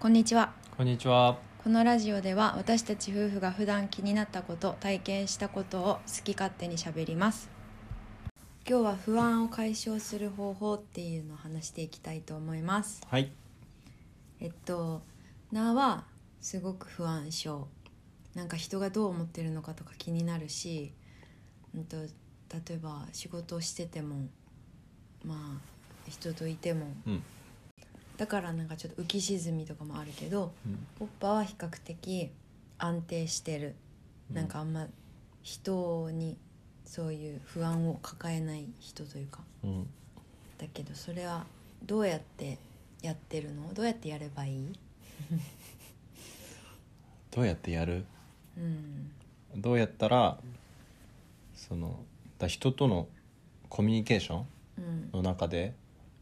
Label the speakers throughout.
Speaker 1: こんにちは
Speaker 2: こんにちは。
Speaker 1: このラジオでは私たち夫婦が普段気になったこと体験したことを好き勝手にしゃべります今日は不安を解消する方法っていうのを話していきたいと思います
Speaker 2: はい。
Speaker 1: えっとなはすごく不安症なんか人がどう思ってるのかとか気になるし、うん、と例えば仕事をしててもまあ人といても
Speaker 2: うん。
Speaker 1: だからなんかちょっと浮き沈みとかもあるけど
Speaker 2: うん
Speaker 1: ポッパは比較的安定してるなんかあんま人にそういう不安を抱えない人というか
Speaker 2: うん。
Speaker 1: だけどそれはどうやってやってるのどうやってやればいい
Speaker 2: どうやってやる？
Speaker 1: うん
Speaker 2: どうやったらそのだ人とのコミュニケーション
Speaker 1: うん
Speaker 2: の中で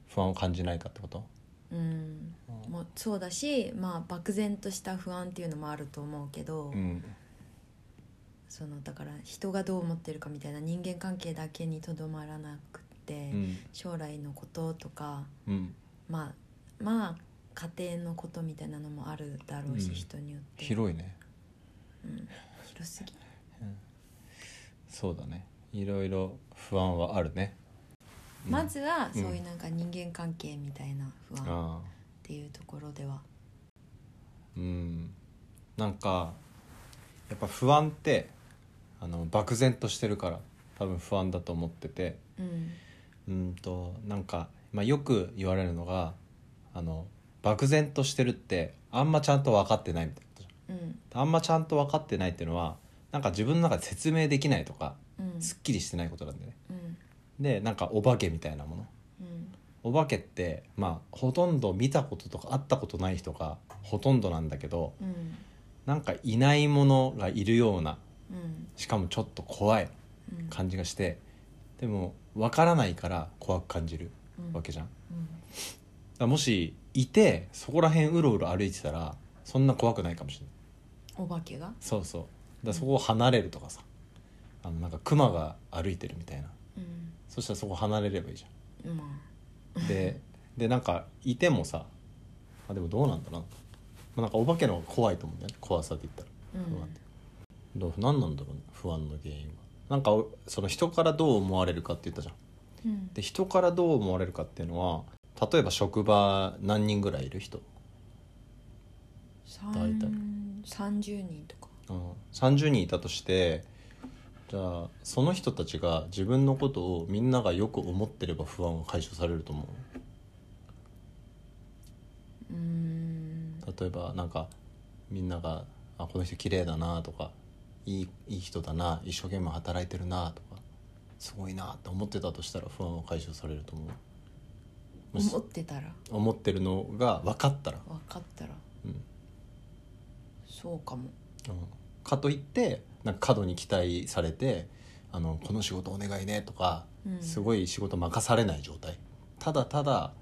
Speaker 2: 不安を感じないかってこと？
Speaker 1: うん、もうそうだし、まあ、漠然とした不安っていうのもあると思うけど、
Speaker 2: うん。
Speaker 1: そのだから人がどう思ってるかみたいな人間関係だけにとどまらなくて、
Speaker 2: うん。
Speaker 1: 将来のこととか、
Speaker 2: うん。
Speaker 1: まあ、まあ家庭のことみたいなのもあるだろうし、
Speaker 2: うん
Speaker 1: 人によって
Speaker 2: 広いね。
Speaker 1: うん、広すぎ
Speaker 2: そうだね。いろいろ不安はあるね。うん
Speaker 1: まずは
Speaker 2: う
Speaker 1: そうんいうなんか人間関係みたいな不安っ
Speaker 2: ああ。
Speaker 1: ていうところでは
Speaker 2: うん。なんかやっぱ不安ってあの漠然としてるから多分不安だと思ってて。
Speaker 1: うん
Speaker 2: うんとなんか、まあ、よく言われるのがあの漠然としてるってあんまちゃんと分かってないみたいなことじ
Speaker 1: うん
Speaker 2: ゃんあんまちゃんと分かってないっていうのはなんか自分の中で説明できないとか
Speaker 1: うん
Speaker 2: すっきりしてないことなんだよね
Speaker 1: うん
Speaker 2: でなんかお化けみたいなもの
Speaker 1: うん
Speaker 2: お化けってまあほとんど見たこととか会ったことない人がほとんどなんだけど
Speaker 1: うん
Speaker 2: なんかいないものがいるような
Speaker 1: うん
Speaker 2: しかもちょっと怖い
Speaker 1: うん
Speaker 2: 感じがしてでも分からないから怖く感じる
Speaker 1: うん
Speaker 2: わけじゃん
Speaker 1: うん
Speaker 2: だからもしいてそこら辺うろうろ歩いてたらそんな怖くないかもしれな
Speaker 1: お
Speaker 2: い
Speaker 1: 化けが、
Speaker 2: そうそうだからそこを離れるとかさあのなんかクマが歩いてるみたいな
Speaker 1: う
Speaker 2: そしたらそこ離れればいいじ
Speaker 1: ん、まあ
Speaker 2: ゃんででなんかいてもさあでもどうなんだろうな、まあ、なんかお化けの方が怖いと思うんだよね怖さで言ったら
Speaker 1: うん
Speaker 2: 不安ってどう何なんだろうね不安の原因はなんかおその人からどう思われるかって言ったじゃん
Speaker 1: うん
Speaker 2: で人からどう思われるかっていうのは例えば職場何人ぐらいいる人
Speaker 1: 三
Speaker 2: 大体
Speaker 1: 30人とか
Speaker 2: うん30人いたとしてじゃあその人たちが自分のことをみんながよく思ってれば不安は解消されると思う
Speaker 1: うーん
Speaker 2: 例えばなんかみんなが「あこの人綺麗だな」とかいい「いい人だな」「一生懸命働いてるな」とか「すごいな」って思ってたとしたら不安は解消されると思うもし
Speaker 1: 思ってたら
Speaker 2: 思ってるのが分かったら、
Speaker 1: 分かったら
Speaker 2: うんうん
Speaker 1: そうかも
Speaker 2: かといってなんか過度に期待されて「あのこの仕事お願いね」とか
Speaker 1: うん
Speaker 2: すごい仕事任されない状態ただただ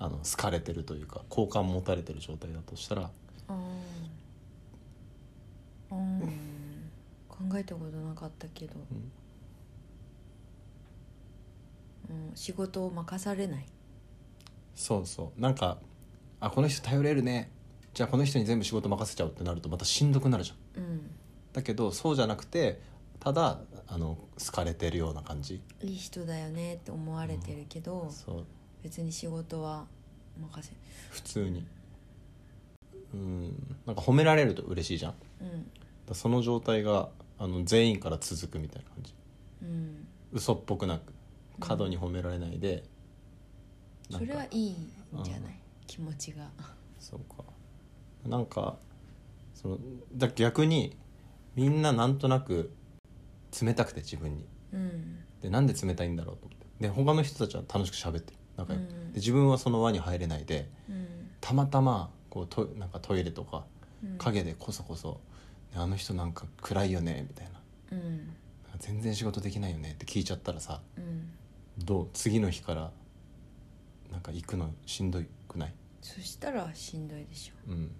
Speaker 2: あの好かれてるというか好感持たれてる状態だとしたら
Speaker 1: うんうん考えたことなかったけど、
Speaker 2: うん
Speaker 1: うん、仕事を任されない
Speaker 2: そうそうなんかあこの人頼れるねじゃあこの人に全部仕事任せちゃおうってなるとまたしんどくなるじゃん
Speaker 1: うん
Speaker 2: だけどそうじゃなくてただあの好かれてるような感じ
Speaker 1: いい人だよねって思われてるけど、
Speaker 2: そう
Speaker 1: 別に仕事は任せ
Speaker 2: 普通にうんなんか褒められると嬉しいじゃんだか
Speaker 1: うん
Speaker 2: らその状態があの全員から続くみたいな感じ
Speaker 1: うん
Speaker 2: 嘘っぽくなく過度に褒められないで、なん
Speaker 1: そ
Speaker 2: か
Speaker 1: れはいいんじゃない、気持ちが
Speaker 2: そうかなんかそのだ逆にみんななんとなく冷たくて自分に
Speaker 1: うん
Speaker 2: でなんで冷たいんだろうと思ってで他の人たちは楽しく喋ってる仲良く、
Speaker 1: うん
Speaker 2: で自分はその輪に入れないで
Speaker 1: うん
Speaker 2: たまたまこうトなんかトイレとか
Speaker 1: うん
Speaker 2: 影でこそこそ「あの人なんか暗いよね」みたいな
Speaker 1: うん
Speaker 2: 「なんか全然仕事できないよね」って聞いちゃったらさ
Speaker 1: うん
Speaker 2: どう次の日からなんか行くのしんどくない、
Speaker 1: そしたらしんどいでしょ
Speaker 2: うん、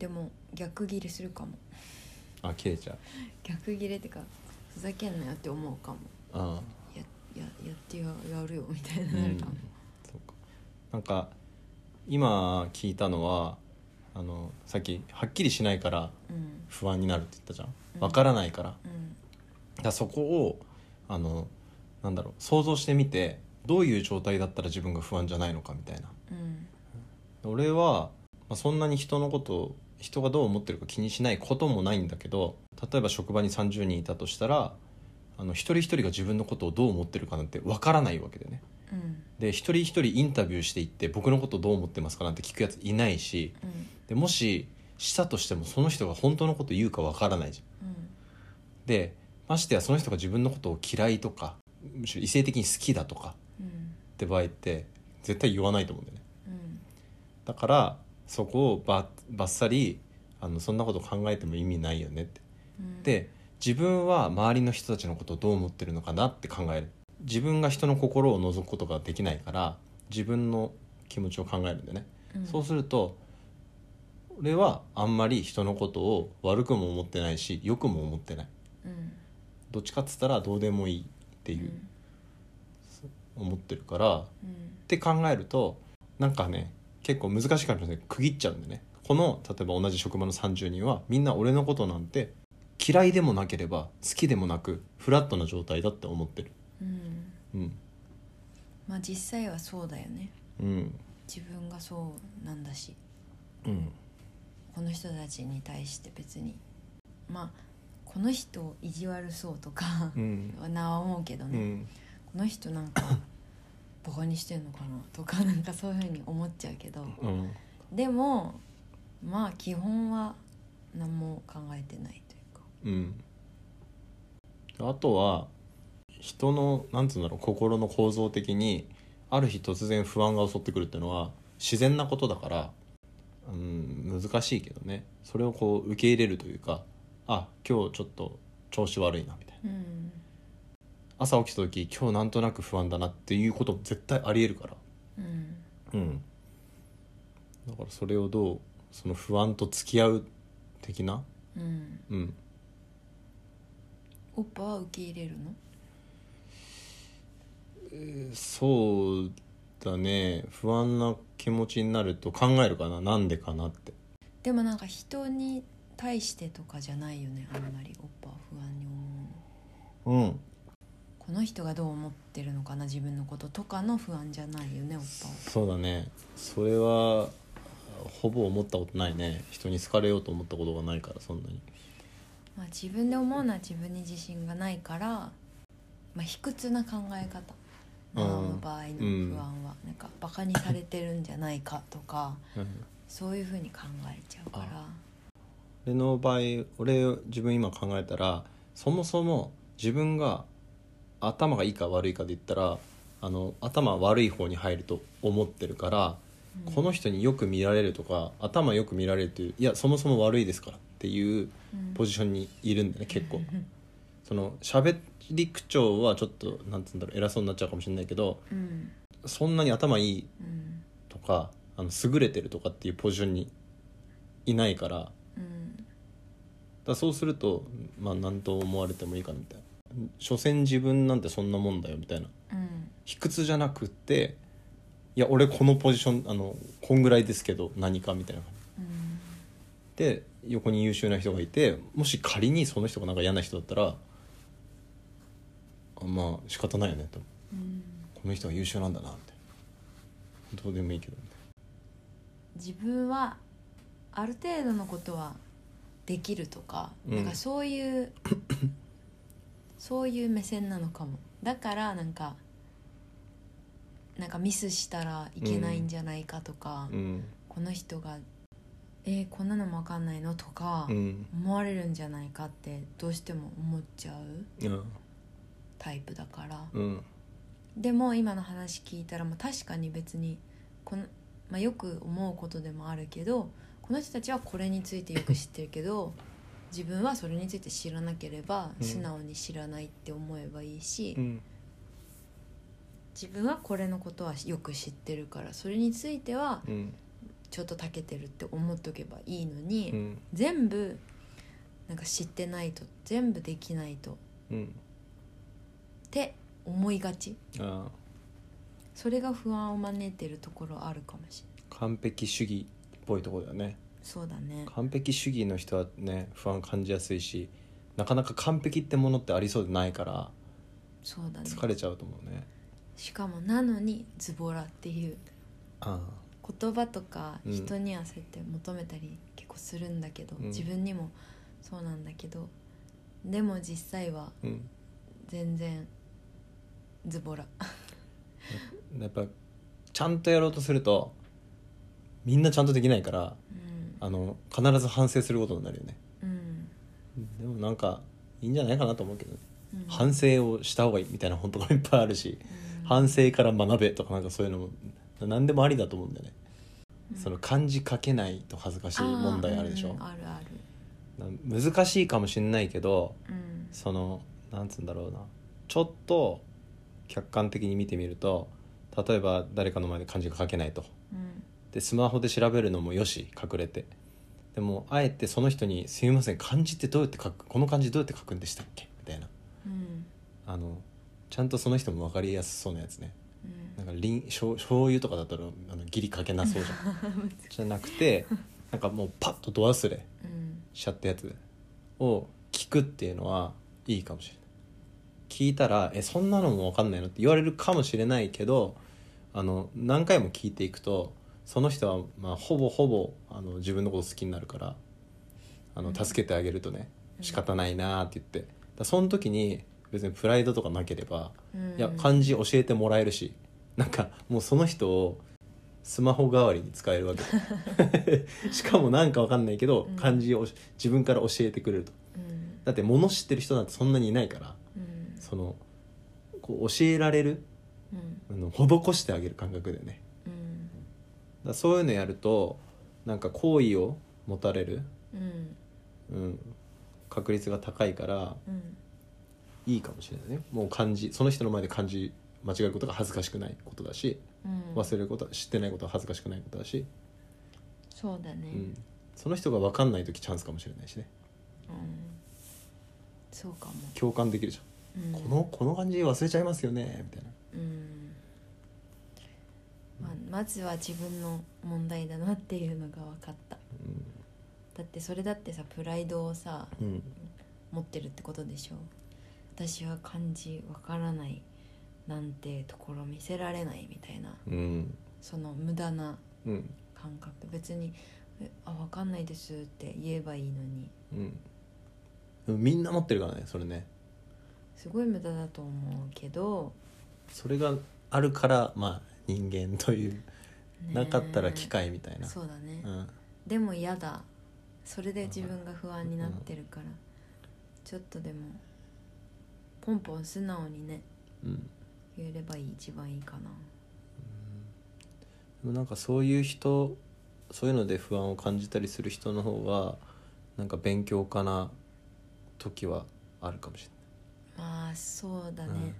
Speaker 1: でも逆ギレするかも
Speaker 2: あ切れちゃう
Speaker 1: 逆ギレってかふざけんなよって思うかも
Speaker 2: ああ
Speaker 1: やややってややるよみたいに
Speaker 2: う
Speaker 1: なる
Speaker 2: ん
Speaker 1: かも、
Speaker 2: そうかなんか今聞いたのはあのさっきはっきりしないから
Speaker 1: うん
Speaker 2: 不安になるって言ったじゃ
Speaker 1: うんん
Speaker 2: わからないから,、
Speaker 1: うん
Speaker 2: だからそこをあのなんだろう想像してみてどういう状態だったら自分が不安じゃないのかみたいな
Speaker 1: うん
Speaker 2: 俺は、まあ、そんなに人のことを人がどう思ってるか気にしないこともないんだけど例えば職場に30人いたとしたらあの一人一人が自分のことをどう思ってるかなんてわからないわけだよね
Speaker 1: うん
Speaker 2: で一人一人インタビューしていって僕のことどう思ってますかなんて聞くやついないし
Speaker 1: うん
Speaker 2: でもししたとしてもその人が本当のこと言うかわからないじゃん
Speaker 1: うん
Speaker 2: でましてやその人が自分のことを嫌いとかむしろ異性的に好きだとか
Speaker 1: うん
Speaker 2: って場合って絶対言わないと思うんだよね
Speaker 1: うん
Speaker 2: だからそこをばばっさりあのそんなこと考えても意味ないよねって
Speaker 1: うん
Speaker 2: で自分は周りの人たちのことをどう思ってるのかなって考える自分が人の心を覗くことができないから自分の気持ちを考えるんだよね、
Speaker 1: うん
Speaker 2: そうすると俺はあんまり人のことを悪くも思ってないし良くも思ってない
Speaker 1: うん
Speaker 2: どっちかっつったらどうでもいいっていう、思ってるからっ
Speaker 1: うんうん
Speaker 2: て考えるとなんかね結構難しいからね区切っちゃうんでねこの例えば同じ職場の30人はみんな俺のことなんて嫌いでもなければ好きでもなくフラットな状態だって思ってる
Speaker 1: うん
Speaker 2: うん
Speaker 1: まあ実際はそうだよね
Speaker 2: うん
Speaker 1: 自分がそうなんだし
Speaker 2: うん
Speaker 1: この人たちに対して別にまあこの人意地悪そうとか
Speaker 2: うん
Speaker 1: はなは思うけど
Speaker 2: う
Speaker 1: ね、
Speaker 2: ん
Speaker 1: この人なん かバカにしてんのかなとかなんかそういうふうに思っちゃうけど
Speaker 2: うん
Speaker 1: でもまあ基本は何も考えてないというか
Speaker 2: うんあとは人のなんつうんだろう心の構造的にある日突然不安が襲ってくるっていうのは自然なことだから、うん、難しいけどねそれをこう受け入れるというかあ今日ちょっと調子悪いなみたいな
Speaker 1: うん
Speaker 2: 朝起きた時今日なんとなく不安だなっていうことも絶対ありえるから、
Speaker 1: うん
Speaker 2: うん、だからそれをどうその不安と付き合う的な、
Speaker 1: うん
Speaker 2: うん、
Speaker 1: オッパは受け入れるの
Speaker 2: そうだね不安な気持ちになると考えるかななんでかなって
Speaker 1: でもなんか人に対してとかじゃないよねあんまりオッパは不安に思うの
Speaker 2: うん
Speaker 1: この人がどう思ってるのかな自分のこととかの不安じゃないよねオッパは
Speaker 2: そうだねそれはほぼ思ったことないね人に好かれようと思ったことがないからそんなに
Speaker 1: まあ、自分で思うのは自分に自信がないから、まあ、卑屈な考え方
Speaker 2: うん
Speaker 1: あの場合の不安は、なんかバカにされてるんじゃないかとか
Speaker 2: うん
Speaker 1: そういうふうに考えちゃうから
Speaker 2: 俺の場合俺自分今考えたらそもそも自分が頭がいいか悪いかで言ったらあの頭悪い方に入ると思ってるから、
Speaker 1: うん
Speaker 2: この人によく見られるとか頭よく見られるといういやそもそも悪いですからっていう
Speaker 1: うん
Speaker 2: ポジションにいるんだね結 構その喋り口調はちょっとなんつうんだろう偉そうになっちゃうかもしれないけど
Speaker 1: うん
Speaker 2: そんなに頭いい
Speaker 1: うん
Speaker 2: とかあの優れてるとかっていうポジションにいないからだか
Speaker 1: うん
Speaker 2: らそうするとまあ何と思われてもいいかなみたいな所詮自分なんてそんなもんだよみたいな
Speaker 1: うん
Speaker 2: 卑屈じゃなくていや俺このポジションあのこんぐらいですけど何かみたいな感
Speaker 1: う
Speaker 2: じ
Speaker 1: ん
Speaker 2: で横に優秀な人がいてもし仮にその人がなんか嫌な人だったらあまあ仕方ないよねと
Speaker 1: うん
Speaker 2: この人は優秀なんだなってどうでもいいけどみたい
Speaker 1: 自分はある程度のことはできるとか、
Speaker 2: うん
Speaker 1: なんかそういう そういう目線なのかもだからなんかなんかミスしたらいけないんじゃないかとか、
Speaker 2: なうん
Speaker 1: この人が「えーこんなのも分かんないの?」とか、
Speaker 2: うん
Speaker 1: 思われるんじゃないかってどうしても思っちゃう
Speaker 2: うん
Speaker 1: タイプだから、
Speaker 2: うん
Speaker 1: でも今の話聞いたらもう確かに別にこの、まあ、よく思うことでもあるけどこの人たちはこれについてよく知ってるけど自分はそれについて知らなければ
Speaker 2: うん
Speaker 1: 素直に知らないって思えばいいし、
Speaker 2: うん
Speaker 1: 自分はこれのことはよく知ってるからそれについては
Speaker 2: うん
Speaker 1: ちょっとたけてるって思っとけばいいのに、
Speaker 2: うん
Speaker 1: 全部なんか知ってないと全部できないとっ
Speaker 2: うん
Speaker 1: て思いがち
Speaker 2: ああ
Speaker 1: それが不安を招いてるところあるかもしれない。
Speaker 2: 完璧主義っぽいところだよね
Speaker 1: そうだね
Speaker 2: 完璧主義の人はね不安感じやすいしなかなか完璧ってものってありそうでないから
Speaker 1: そうだね
Speaker 2: 疲れちゃうと思うね
Speaker 1: しかもなのにズボラっていう
Speaker 2: あ
Speaker 1: 言葉とか
Speaker 2: うん
Speaker 1: 人にはそうやって求めたり結構するんだけど、
Speaker 2: うん
Speaker 1: 自分にもそうなんだけどでも実際は
Speaker 2: あうん
Speaker 1: 全然ズ ボラ
Speaker 2: やっぱちゃんとやろうとするとみんなちゃんとできないから
Speaker 1: うん、
Speaker 2: あの必ず反省することになるよね
Speaker 1: うん
Speaker 2: でもなんかいいんじゃないかなと思うけどね、
Speaker 1: うん、
Speaker 2: 反省をした方がいいみたいな本とかいっぱいあるし、
Speaker 1: うん
Speaker 2: 反省から学べとかなんかそういうのも何でもありだと思うんだよね、
Speaker 1: うん
Speaker 2: その漢字書けないと恥ずかしい問題あるでしょ
Speaker 1: ーうん、あるある
Speaker 2: な難しいかもしんないけど
Speaker 1: うん
Speaker 2: そのなんつうんだろうなちょっと客観的に見てみると例えば誰かの前で漢字が書けないと
Speaker 1: うん
Speaker 2: でスマホで調べるのもよし隠れてでもあえてその人に「すみません漢字ってどうやって書くこの漢字どうやって書くんでしたっけ?」みたいな
Speaker 1: うん
Speaker 2: あのちゃんとその人も分かりやすそうなやつね
Speaker 1: うん
Speaker 2: なんかりんしょう醤油とかだったらあのギリ書けなそうじゃんじゃなくてなんかもうパッとド忘れ
Speaker 1: うん
Speaker 2: しちゃったやつを聞くっていうのはいいかもしれない聞いたら「えそんなのも分かんないの?」って言われるかもしれないけどあの何回も聞いていくとその人は、まあ、ほぼほぼあの自分のこと好きになるからあ
Speaker 1: う
Speaker 2: の
Speaker 1: ん
Speaker 2: 助けてあげるとね
Speaker 1: うん
Speaker 2: 仕方ないなーって言ってだからその時に別にプライドとかなければ
Speaker 1: うん
Speaker 2: いや漢字教えてもらえるしなんかもうその人をスマホ代わりに使える わけしかもなんかわかんないけど
Speaker 1: うん
Speaker 2: 漢字を自分から教えてくれると
Speaker 1: うん
Speaker 2: だって物知ってる人なんてそんなにいないから
Speaker 1: うん
Speaker 2: そのこう教えられる
Speaker 1: うん
Speaker 2: あの施してあげる感覚だよね
Speaker 1: うん
Speaker 2: だからそういうのやるとなんか好意を持たれる、
Speaker 1: うん
Speaker 2: うん、確率が高いから
Speaker 1: うん
Speaker 2: いいかもしれないねもう漢字その人の前で漢字間違えることが恥ずかしくないことだし
Speaker 1: うん
Speaker 2: 忘れることは知ってないことは恥ずかしくないことだし、
Speaker 1: そうだね
Speaker 2: うんその人が分かんない時チャンスかもしれないしね
Speaker 1: うんそうかも、
Speaker 2: 共感できるじゃ
Speaker 1: うん、
Speaker 2: ん、このこの感じ忘れちゃいますよねみたいな
Speaker 1: うんまあ、まずは自分の問題だなっていうのが分かっただってそれだってさプライドをさ
Speaker 2: うん、うん
Speaker 1: 持ってるってことでしょ私は漢字わからないなんてところ見せられないみたいな
Speaker 2: うん
Speaker 1: その無駄な
Speaker 2: うん
Speaker 1: 感覚別に「えあ分かんないです」って言えばいいのに
Speaker 2: うんでもみんな持ってるからねそれね
Speaker 1: すごい無駄だと思うけど、
Speaker 2: それがあるからまあ人間という
Speaker 1: ね
Speaker 2: なかったら機械みたいな、
Speaker 1: そうだね、
Speaker 2: うん、
Speaker 1: でも嫌だそれで自分が不安になってるから、ちょっとでもポンポン素直にね
Speaker 2: うん、
Speaker 1: 言えればいい一番いいかな
Speaker 2: でもなんかそういう人そういうので不安を感じたりする人の方がなんか勉強家な時はあるかもし
Speaker 1: まあそうだ
Speaker 2: れ
Speaker 1: ね、
Speaker 2: ない、うん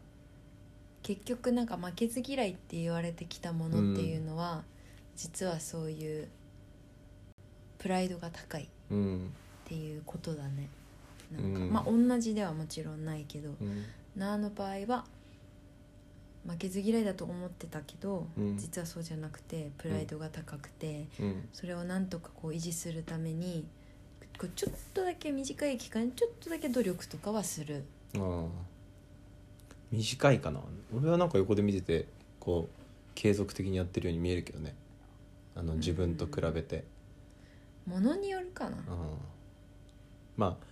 Speaker 1: 結局なんか負けず嫌いって言われてきたものっていうのは、実はそういうプライドが高いっ
Speaker 2: うん
Speaker 1: ていうことだねなんか、
Speaker 2: うん
Speaker 1: まあ同じではもちろんないけど、
Speaker 2: うん
Speaker 1: なあの場合は負けず嫌いだと思ってたけど、
Speaker 2: うん
Speaker 1: 実はそうじゃなくてプライドが高くて、
Speaker 2: うん
Speaker 1: それをなんとかこう維持するためにこうちょっとだけ短い期間ちょっとだけ努力とかはする
Speaker 2: ああ短いかな俺はなんか横で見ててこう継続的にやってるように見えるけどねあの
Speaker 1: うん
Speaker 2: 自分と比べて、
Speaker 1: ものによるかな、
Speaker 2: うん、まあ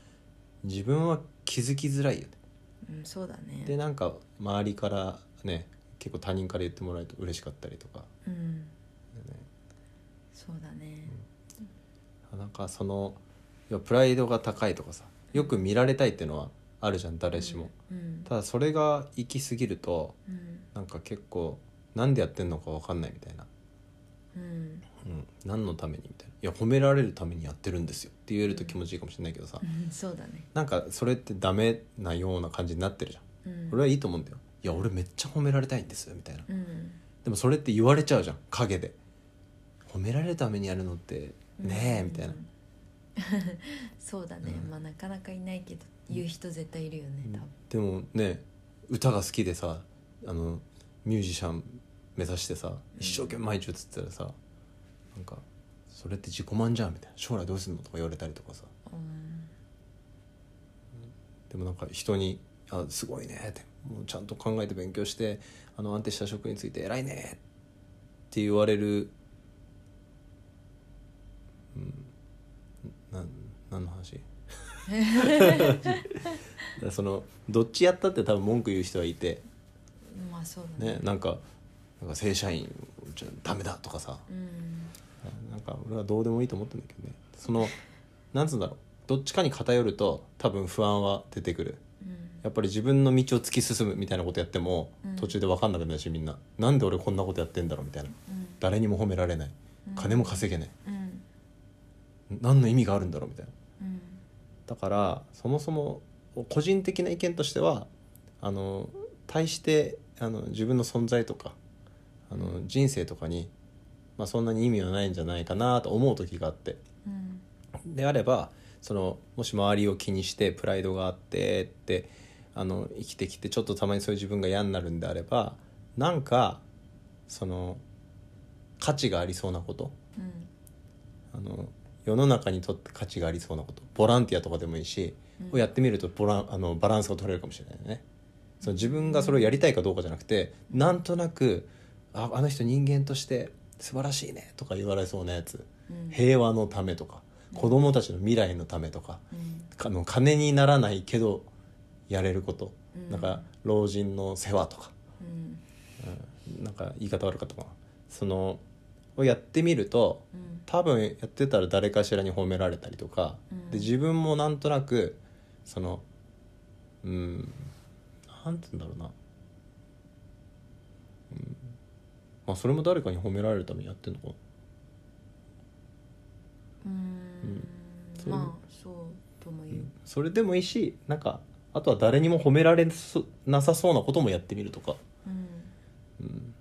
Speaker 2: 自分は気づきづらいよね
Speaker 1: うん、そうだ
Speaker 2: で
Speaker 1: ね
Speaker 2: なんか周りからね結構他人から言ってもらえると嬉しかったりとか、
Speaker 1: うん
Speaker 2: ね、
Speaker 1: そうだね
Speaker 2: なんかそのいやプライドが高いとかさよく見られたいっていうのはあるじゃん誰しも、
Speaker 1: うん
Speaker 2: ただそれが行き過ぎると
Speaker 1: うん
Speaker 2: なんか結構なんでやってんのか分かんないみたいな
Speaker 1: うん
Speaker 2: うん、何のためにみたいな「いや褒められるためにやってるんですよ」って言えると気持ちいいかもしれないけどさ、
Speaker 1: うん そうだね
Speaker 2: なんかそれってダメなような感じになってるじゃん、
Speaker 1: うん
Speaker 2: 俺はいいと思うんだよ「いや俺めっちゃ褒められたいんです」みたいな
Speaker 1: うん
Speaker 2: でもそれって言われちゃうじゃん陰で褒められるためにやるのってねえみたいな
Speaker 1: うん そうだね、
Speaker 2: うん
Speaker 1: まあなかなかいないけど言う人絶対いるよね多分
Speaker 2: でもね歌が好きでさあのミュージシャン目指してさ一生懸命毎日打つってたらさなんかそれって自己満じゃんみたいな将来どうするのとか言われたりとかさ
Speaker 1: うん
Speaker 2: でもなんか人に「あすごいね」って「もうちゃんと考えて勉強してあの安定した職について偉いね」って言われる、うん、なん何の話だからそのどっちやったって多分文句言う人はいて、
Speaker 1: まあそうだね
Speaker 2: ね、なんかなんか正社員じゃダメだとかさ
Speaker 1: うん
Speaker 2: なんか俺はどうでもいいと思ってんだけどねそのなんつうんだろうどっちかに偏ると多分不安は出てくる。
Speaker 1: うん
Speaker 2: やっぱり自分の道を突き進むみたいなことやっても、
Speaker 1: うん
Speaker 2: 途中で分かんなくなるしみんななんで俺こんなことやってんだろうみたいな
Speaker 1: うん
Speaker 2: 誰にも褒められない
Speaker 1: うん
Speaker 2: 金も稼げない、
Speaker 1: うん
Speaker 2: 何の意味があるんだろうみたいな
Speaker 1: うん
Speaker 2: だからそもそも個人的な意見としてはあの対してあの自分の存在とかあの人生とかに、まあ、そんなに意味はないんじゃないかなと思う時があって
Speaker 1: うん
Speaker 2: であればそのもし周りを気にしてプライドがあってってあの生きてきてちょっとたまにそういう自分が嫌になるんであればなんかその価値がありそうなこと
Speaker 1: うん
Speaker 2: あの世の中にとって価値がありそうなことボランティアとかでもいいし、
Speaker 1: うん
Speaker 2: をやってみるとボランあのバランスが取れるかもしれないよね。その自分がそれをやりたいかどうかじゃなくてなんとなく「ああの人人間として素晴らしいね」とか言われそうなやつ。
Speaker 1: うん
Speaker 2: 平和のためとか子供たちの未来のためとか
Speaker 1: うん
Speaker 2: あの金にならないけどやれること、
Speaker 1: うん
Speaker 2: なんか老人の世話とか、
Speaker 1: うん
Speaker 2: うんなんか言い方悪かったかなそのをやってみると
Speaker 1: うん
Speaker 2: 多分やってたら誰かしらに褒められたりとか、
Speaker 1: うん
Speaker 2: で自分もなんとなくそのうんなんて言うんだろうな、うんまあ、それも誰かに褒められるためにやってんのかな
Speaker 1: うん
Speaker 2: そう
Speaker 1: まあそうとも言う
Speaker 2: それでもいいしなんかあとは誰にも褒められそなさそうなこともやってみるとか、
Speaker 1: うん
Speaker 2: うん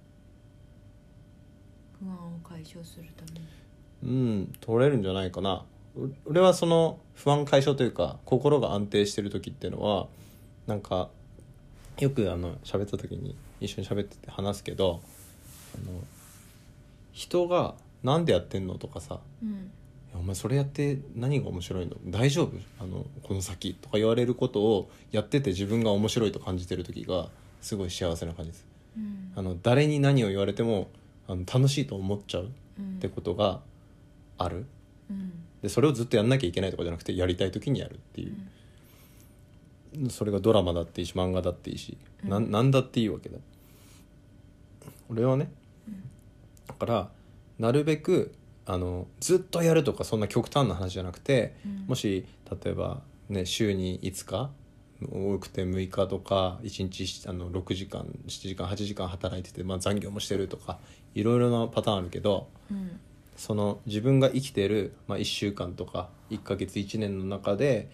Speaker 1: 不安を解消するために
Speaker 2: うん、取れるんじゃないかなう俺はその不安解消というか心が安定してる時っていうのはなんかよくあの喋った時に一緒に喋ってて話すけどあの人が「なんでやってんの?」とかさ
Speaker 1: うん
Speaker 2: いやお前それやって何が面白いの大丈夫あのこの先とか言われることをやってて自分が面白いと感じてる時がすごい幸せな感じです
Speaker 1: うん
Speaker 2: あの誰に何を言われてもあの楽しいと思っちゃう
Speaker 1: うん
Speaker 2: ってことがある
Speaker 1: うん
Speaker 2: でそれをずっとやんなきゃいけないとかじゃなくてやりたい時にやるっていう、それがドラマだっていいし漫画だっていいし、な
Speaker 1: うん
Speaker 2: ん、なんだっていいわけだ俺はね
Speaker 1: うん
Speaker 2: だからなるべくあのずっとやるとかそんな極端な話じゃなくて、
Speaker 1: うん
Speaker 2: もし例えば、ね、週に5日多くて6日とか1日あの6時間7時間8時間働いてて、まあ、残業もしてるとかいろいろなパターンあるけど
Speaker 1: うん
Speaker 2: その自分が生きてる、まあ、1週間とか1ヶ月1年の中で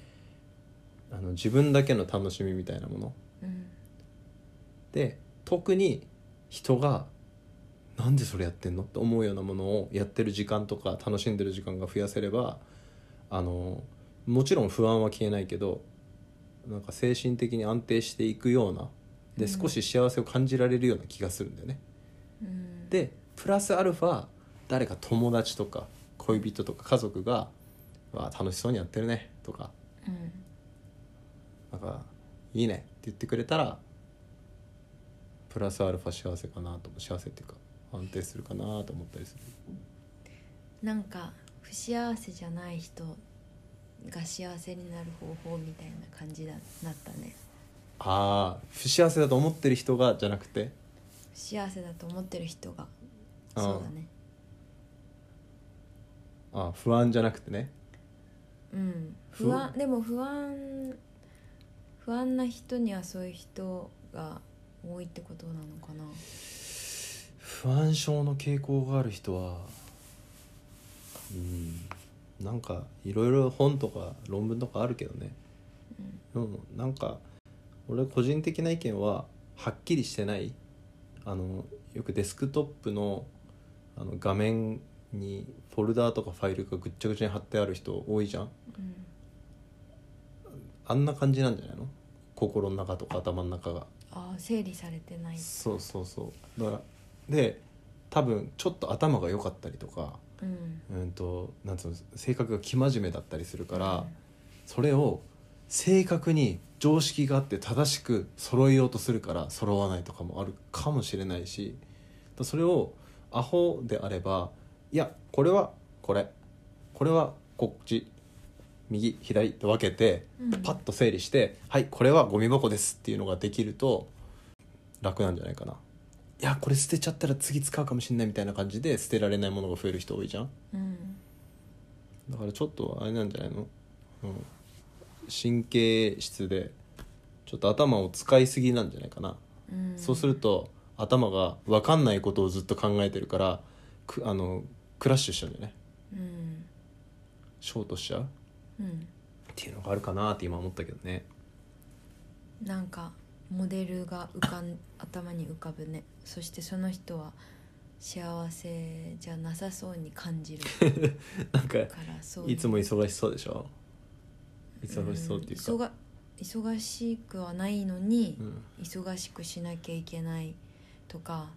Speaker 2: あの自分だけの楽しみみたいなもの
Speaker 1: うん
Speaker 2: で特に人が「なんでそれやってんの?」って思うようなものをやってる時間とか楽しんでる時間が増やせればあのもちろん不安は消えないけどなんか精神的に安定していくような
Speaker 1: う
Speaker 2: で
Speaker 1: ん
Speaker 2: 少し幸せを感じられるような気がするんだよね。
Speaker 1: うん
Speaker 2: でプラスアルファ誰か友達とか恋人とか家族が「わあ楽しそうにやってるね」とか
Speaker 1: うん
Speaker 2: なんか「いいね」って言ってくれたらプラスアルファ幸せかなと思う幸せっていうか安定するかなと思ったりする
Speaker 1: なんか不幸せじゃない人が幸せになる方法みたいな感じだなったね
Speaker 2: ああ不幸せだと思ってる人がじゃなくて
Speaker 1: 不幸せだと思ってる人が
Speaker 2: あー
Speaker 1: そうだね
Speaker 2: ああ不安じゃなくてね
Speaker 1: うん
Speaker 2: ふ
Speaker 1: 不安でも不安不安な人にはそういう人が多いってことなのかな
Speaker 2: 不安症の傾向がある人はうんなんかいろいろ本とか論文とかあるけどね
Speaker 1: うん
Speaker 2: うん、なんか俺個人的な意見ははっきりしてないあのよくデスクトップのあの画面にフォルダーとかファイルがぐっちゃぐちゃに貼ってある人多いじゃん
Speaker 1: うん
Speaker 2: あんな感じなんじゃないの心の中とか頭の中が
Speaker 1: ああ整理されてない
Speaker 2: そうそうそうだからで多分ちょっと頭が良かったりとか
Speaker 1: うん
Speaker 2: うんとなんつうの性格が生真面目だったりするから、それを正確に常識があって正しく揃えようとするから揃わないとかもあるかもしれないしだからそれをアホであればいやこれはこれこれはこっち右左って分けて
Speaker 1: うん
Speaker 2: パッと整理して、はいこれはゴミ箱ですっていうのができると楽なんじゃないかな。いやこれ捨てちゃったら次使うかもしれないみたいな感じで捨てられないものが増える人多いじゃん。
Speaker 1: うん
Speaker 2: だからちょっとあれなんじゃないの、うん、神経質でちょっと頭を使いすぎなんじゃないかな、
Speaker 1: うん
Speaker 2: そうすると頭が分かんないことをずっと考えてるからくあのクラッシュしちゃうんだよね
Speaker 1: うん
Speaker 2: ショートしちゃうっ
Speaker 1: うん
Speaker 2: ていうのがあるかなって今思ったけどね
Speaker 1: なんかモデルが浮かん頭に浮かぶねそしてその人は幸せじゃなさそうに感 じる
Speaker 2: なんか
Speaker 1: からそう
Speaker 2: いつも忙しそうでしょ忙しそうっていうか、
Speaker 1: ん忙忙しくはないのに、
Speaker 2: うん
Speaker 1: 忙しくしなきゃいけないとか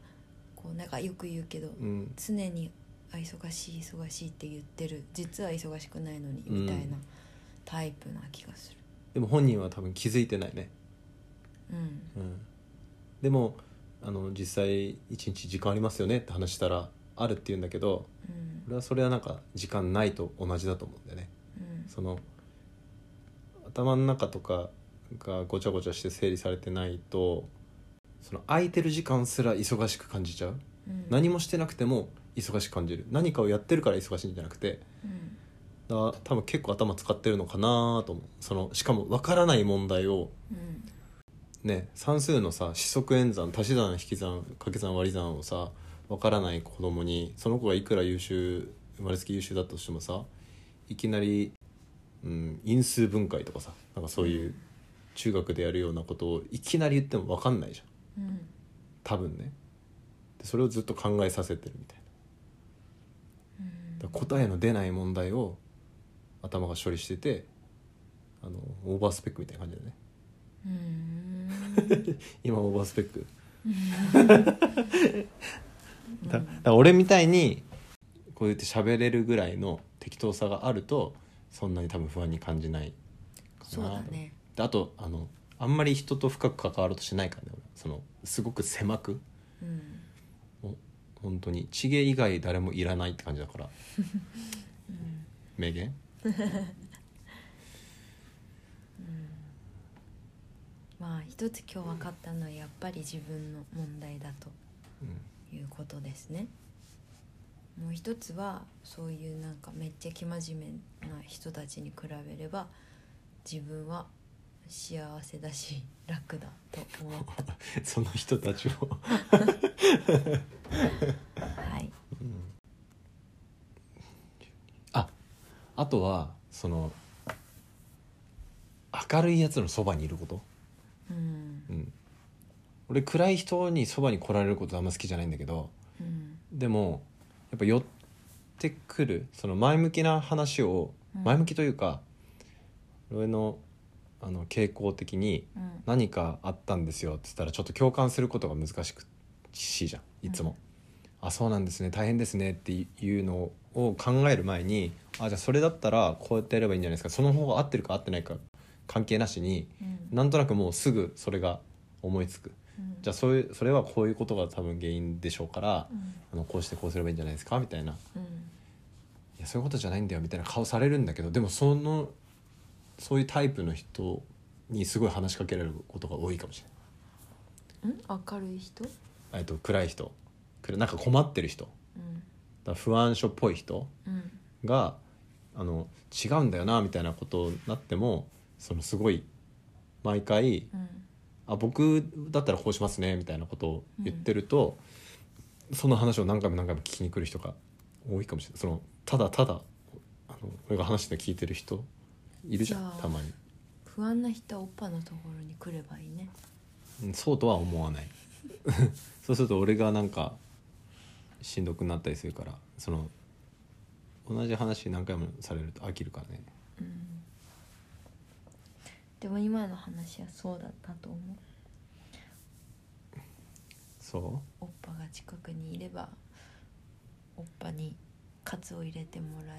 Speaker 1: こうなんかよく言うけど、
Speaker 2: うん
Speaker 1: 常に「あ忙しい忙しい」って言ってる実は忙しくないのにみたいな
Speaker 2: う
Speaker 1: タイプな気がする
Speaker 2: でも本人は多分気づいてないね、
Speaker 1: うん
Speaker 2: うん、でもあの実際一日時間ありますよねって話したらあるって言うんだけど
Speaker 1: うん
Speaker 2: 俺はそれはなんか時間ないと同じだと思うんだよね
Speaker 1: うん
Speaker 2: その頭の中とかがごちゃごちゃして整理されてないとその空いてる時間すら忙しく感じちゃう、
Speaker 1: うん
Speaker 2: 何もしてなくても忙しく感じる何かをやってるから忙しいんじゃなくて
Speaker 1: うん
Speaker 2: だから多分結構頭使ってるのかなと思うそのしかも分からない問題を
Speaker 1: うん
Speaker 2: ね算数のさ四則演算足し算引き算掛け算割り算をさわからない子供にその子がいくら優秀生まれつき優秀だとしてもさいきなり、うん、因数分解とかさなんかそういう中学でやるようなことをいきなり言ってもわかんないじゃん
Speaker 1: うん
Speaker 2: 多分ねでそれをずっと考えさせてるみたいなだから答えの出ない問題を頭が処理しててあのオーバースペックみたいな感じだよね
Speaker 1: うん
Speaker 2: 今オーバースペック
Speaker 1: うん
Speaker 2: だだから俺みたいにこう言って喋れるぐらいの適当さがあるとそんなに多分不安に感じないかな
Speaker 1: そうだね
Speaker 2: であとあのあんまり人と深く関わろうとしないからね俺そのすごく狭く
Speaker 1: うん
Speaker 2: もう本当にチゲ以外誰もいらないって感じだから、名言
Speaker 1: まあ一つ今日分かったのはやっぱり自分の問題だということですねもう一つはそういうなんかめっちゃ生真面目な人たちに比べれば自分は幸せだし楽だと 思っ
Speaker 2: その人たちを
Speaker 1: たはい
Speaker 2: ああとはその明るいやつのそばにいること
Speaker 1: うん
Speaker 2: うん、俺暗い人にそばに来られることあんま好きじゃないんだけど
Speaker 1: うん
Speaker 2: でもやっぱ寄ってくるその前向きな話を
Speaker 1: うん
Speaker 2: 前向きというか、俺のあの傾向的に
Speaker 1: うん
Speaker 2: 何かあったんですよって言ったらちょっと共感することが難しくしいじゃんいつも。あそうなんですね大変ですねっていうのを考える前にあじゃあそれだったらこうやってやればいいんじゃないですかその方が合ってるか合ってないか関係なしに
Speaker 1: うん
Speaker 2: なんとなくもうすぐそれが思いつく
Speaker 1: うん
Speaker 2: じゃあそういうそれはこういうことが多分原因でしょうから、
Speaker 1: うん
Speaker 2: あのこうしてこうすればいいんじゃないですかみたいな
Speaker 1: うん
Speaker 2: いやそういうことじゃないんだよみたいな顔されるんだけどでもそのそういうタイプの人にすごい話しかけられることが多いかもしれ
Speaker 1: うん明るい人
Speaker 2: ないえっと暗い人暗いなんか困ってる人だ
Speaker 1: うん
Speaker 2: から不安症っぽい人
Speaker 1: うん
Speaker 2: があの違うんだよなみたいなことになってもそのすごい毎回
Speaker 1: うん
Speaker 2: あ僕だったらこうしますねみたいなことを言ってると、その話を何回も何回も聞きに来る人が多いかもしれないそのただただあの俺が話して聞いてる人いるじゃ
Speaker 1: じ
Speaker 2: ん
Speaker 1: ゃあ
Speaker 2: たまに、
Speaker 1: 不安な人はおっぱのところに来ればいいね
Speaker 2: うんそうとは思わない そうすると俺がなんかしんどくなったりするからその同じ話何回もされると飽きるからね
Speaker 1: うんでも今の話はそうだったと思う
Speaker 2: そ
Speaker 1: おっぱが近くにいればおっぱに活を入れてもら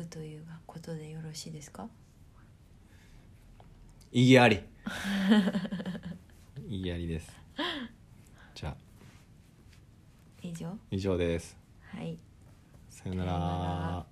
Speaker 1: うということでよろしいですか
Speaker 2: 意義 あり意義ありですじゃあ
Speaker 1: 以上
Speaker 2: 以上です
Speaker 1: はい
Speaker 2: さよな
Speaker 1: さようなら
Speaker 2: ら